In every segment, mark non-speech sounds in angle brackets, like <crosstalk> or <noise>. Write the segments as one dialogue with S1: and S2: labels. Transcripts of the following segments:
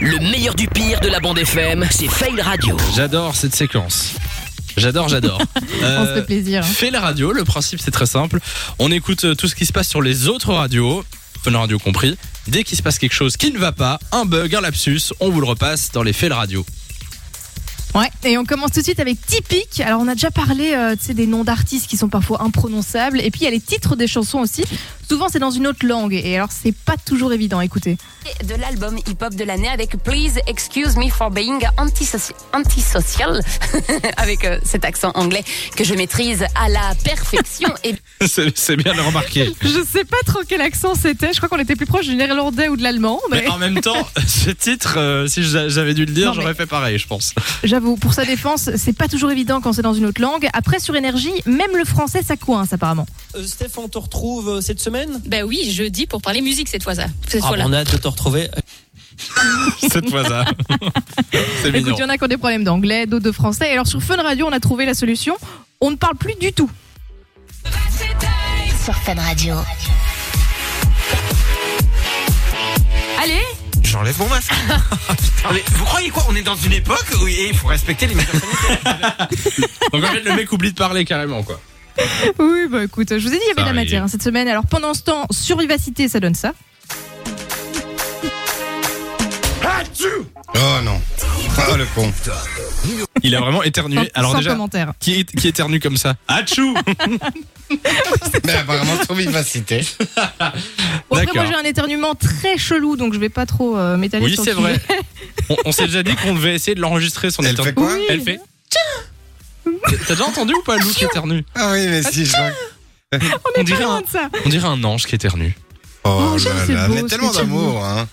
S1: Le meilleur du pire de la bande FM, c'est Fail Radio.
S2: J'adore cette séquence. J'adore,
S3: <laughs>
S2: j'adore. Euh,
S3: On se fait plaisir. hein.
S2: Fais la radio, le principe c'est très simple. On écoute euh, tout ce qui se passe sur les autres radios, Fun Radio compris. Dès qu'il se passe quelque chose qui ne va pas, un bug, un lapsus, on vous le repasse dans les faits de radio.
S3: <laughs>
S2: <laughs>
S3: Ouais. Et on commence tout de suite avec Typique. Alors, on a déjà parlé euh, tu sais, des noms d'artistes qui sont parfois imprononçables. Et puis, il y a les titres des chansons aussi. Souvent, c'est dans une autre langue. Et alors, c'est pas toujours évident. Écoutez.
S4: de l'album hip-hop de l'année avec Please Excuse Me for Being Antisoci- Antisocial, <laughs> avec euh, cet accent anglais que je maîtrise à la perfection. <laughs> Eh Et
S2: C'est c'est bien de le
S3: <laughs>
S2: remarquer.
S3: Je sais pas trop quel accent c'était. Je crois qu'on était plus proche du néerlandais ou de l'allemand. Mais,
S2: Mais en même temps, <laughs> ce titre, euh, si j'a- j'avais dû le dire,
S3: Non, mais-
S2: j'aurais fait pareil, je pense.
S3: <laughs>
S2: <laughs>
S3: j'avoue, pour sa défense, c'est pas toujours évident quand c'est dans une autre langue. Après, sur Énergie, même le français, ça coince apparemment.
S5: Euh, Steph, on te retrouve euh, cette semaine
S6: Ben oui, jeudi pour parler musique cette fois-là. Cette fois-là.
S5: Ah, On a hâte de te retrouver.
S2: Cette
S3: <laughs>
S2: fois-là. C'est
S3: Écoute,
S2: mignon.
S3: il y en a qui ont des problèmes d'anglais, d'autres de français. Et alors, sur Fun Radio, on a trouvé la solution. On ne parle plus du tout.
S7: sur Fun Radio.
S6: Allez,
S8: J'enlève mon masque. Mais vous croyez quoi On est dans une époque où il faut respecter les mesures sanitaires.
S2: Donc en fait, le mec oublie de parler carrément, quoi.
S3: Oui, bah écoute, je vous ai dit, il y
S2: Ça
S3: avait de la
S2: arrive.
S3: matière hein, cette semaine. Alors pendant ce temps, sur Vivacité, ça donne ça.
S9: Oh non. Oh le con.
S2: Il a vraiment éternué.
S3: Sans-
S2: Alors
S3: sans
S2: déjà,
S3: commentaire.
S2: qui, est- qui éternue comme ça Achou
S9: Mais apparemment trop vivacité.
S3: Bon, après,
S2: D'accord.
S3: moi j'ai un éternuement très chelou, donc je vais pas trop euh, m'étaler
S2: Oui,
S3: sur
S2: c'est
S3: le sujet.
S2: vrai. On, on s'est déjà dit qu'on devait essayer de l'enregistrer son
S9: Elle
S2: éternue.
S9: fait quoi Oui.
S2: Elle fait. T'as déjà entendu ou pas Lou qui éternue
S9: Ah oui mais si je vois-
S2: on
S3: Pas
S2: dirait,
S3: loin
S2: un,
S3: de ça.
S2: on dirait un ange qui éternue.
S9: Oh
S3: Bonjour,
S9: là
S3: c'est
S9: là,
S3: beau,
S9: mais
S3: c'est
S9: tellement
S3: chez vous. <laughs>
S9: d'amour hein.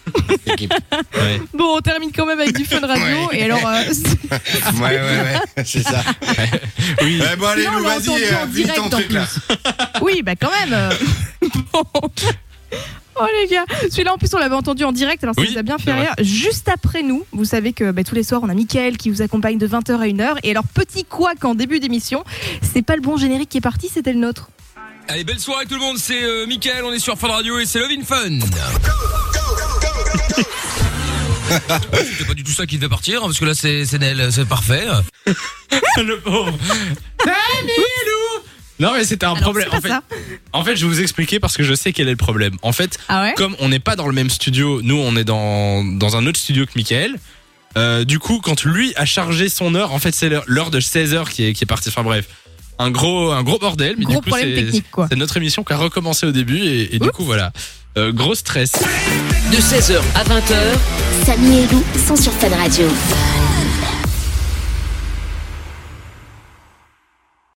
S9: Équipe.
S2: Ouais.
S3: Bon, on termine quand même avec du fun
S2: <laughs>
S3: radio.
S9: Ouais.
S3: Et alors, euh,
S9: Ouais ouais ouais, c'est ça.
S2: Oui.
S9: Ouais, bon allez
S3: sinon, on
S9: Lou,
S3: l'a
S9: vas-y,
S3: entendu en
S9: euh, finis
S3: direct
S9: ton
S3: en
S9: truc là.
S3: plus. Oui, bah quand même.
S9: <laughs>
S3: euh, <laughs> bon. Oh les gars, celui-là en plus on l'avait entendu en direct, alors ça
S2: Oui,
S3: nous a bien fait
S2: c'est vrai.
S3: rire. Juste après nous, vous savez que bah, tous les soirs on a Mickaël qui vous accompagne de 20h à 1h. Et alors petit quoi en début d'émission, c'est pas le bon générique qui est parti, c'était le nôtre.
S10: Allez, belle soirée tout le monde, c'est euh, Mickaël, on est sur Fun Radio et c'est Love in Fun. C'était pas du tout ça qui devait partir, hein, parce que là c'est c'est Nel, c'est parfait.
S2: le pauvre. Non mais c'était un problème.
S3: c'est
S2: En
S3: pas
S2: fait,
S3: ça.
S2: en fait, je vais vous expliquer parce que je sais quel est le problème. En fait,
S3: Ah ouais
S2: comme on n'est pas dans le même studio, nous on est dans, dans un autre studio que Michael. Euh, du coup, quand lui a chargé son heure, en fait c'est l'heure- l'heure de 16h qui est, qui est partie. Enfin bref, un gros, un gros bordel. Mais
S3: Gros
S2: du coup,
S3: problème
S2: c'est-
S3: technique, quoi.
S2: C'est notre émission qui a recommencé au début et, et du coup voilà. Euh, gros stress.
S1: De 16h à 20h,
S7: Samy et Lou sont sur Fun Radio.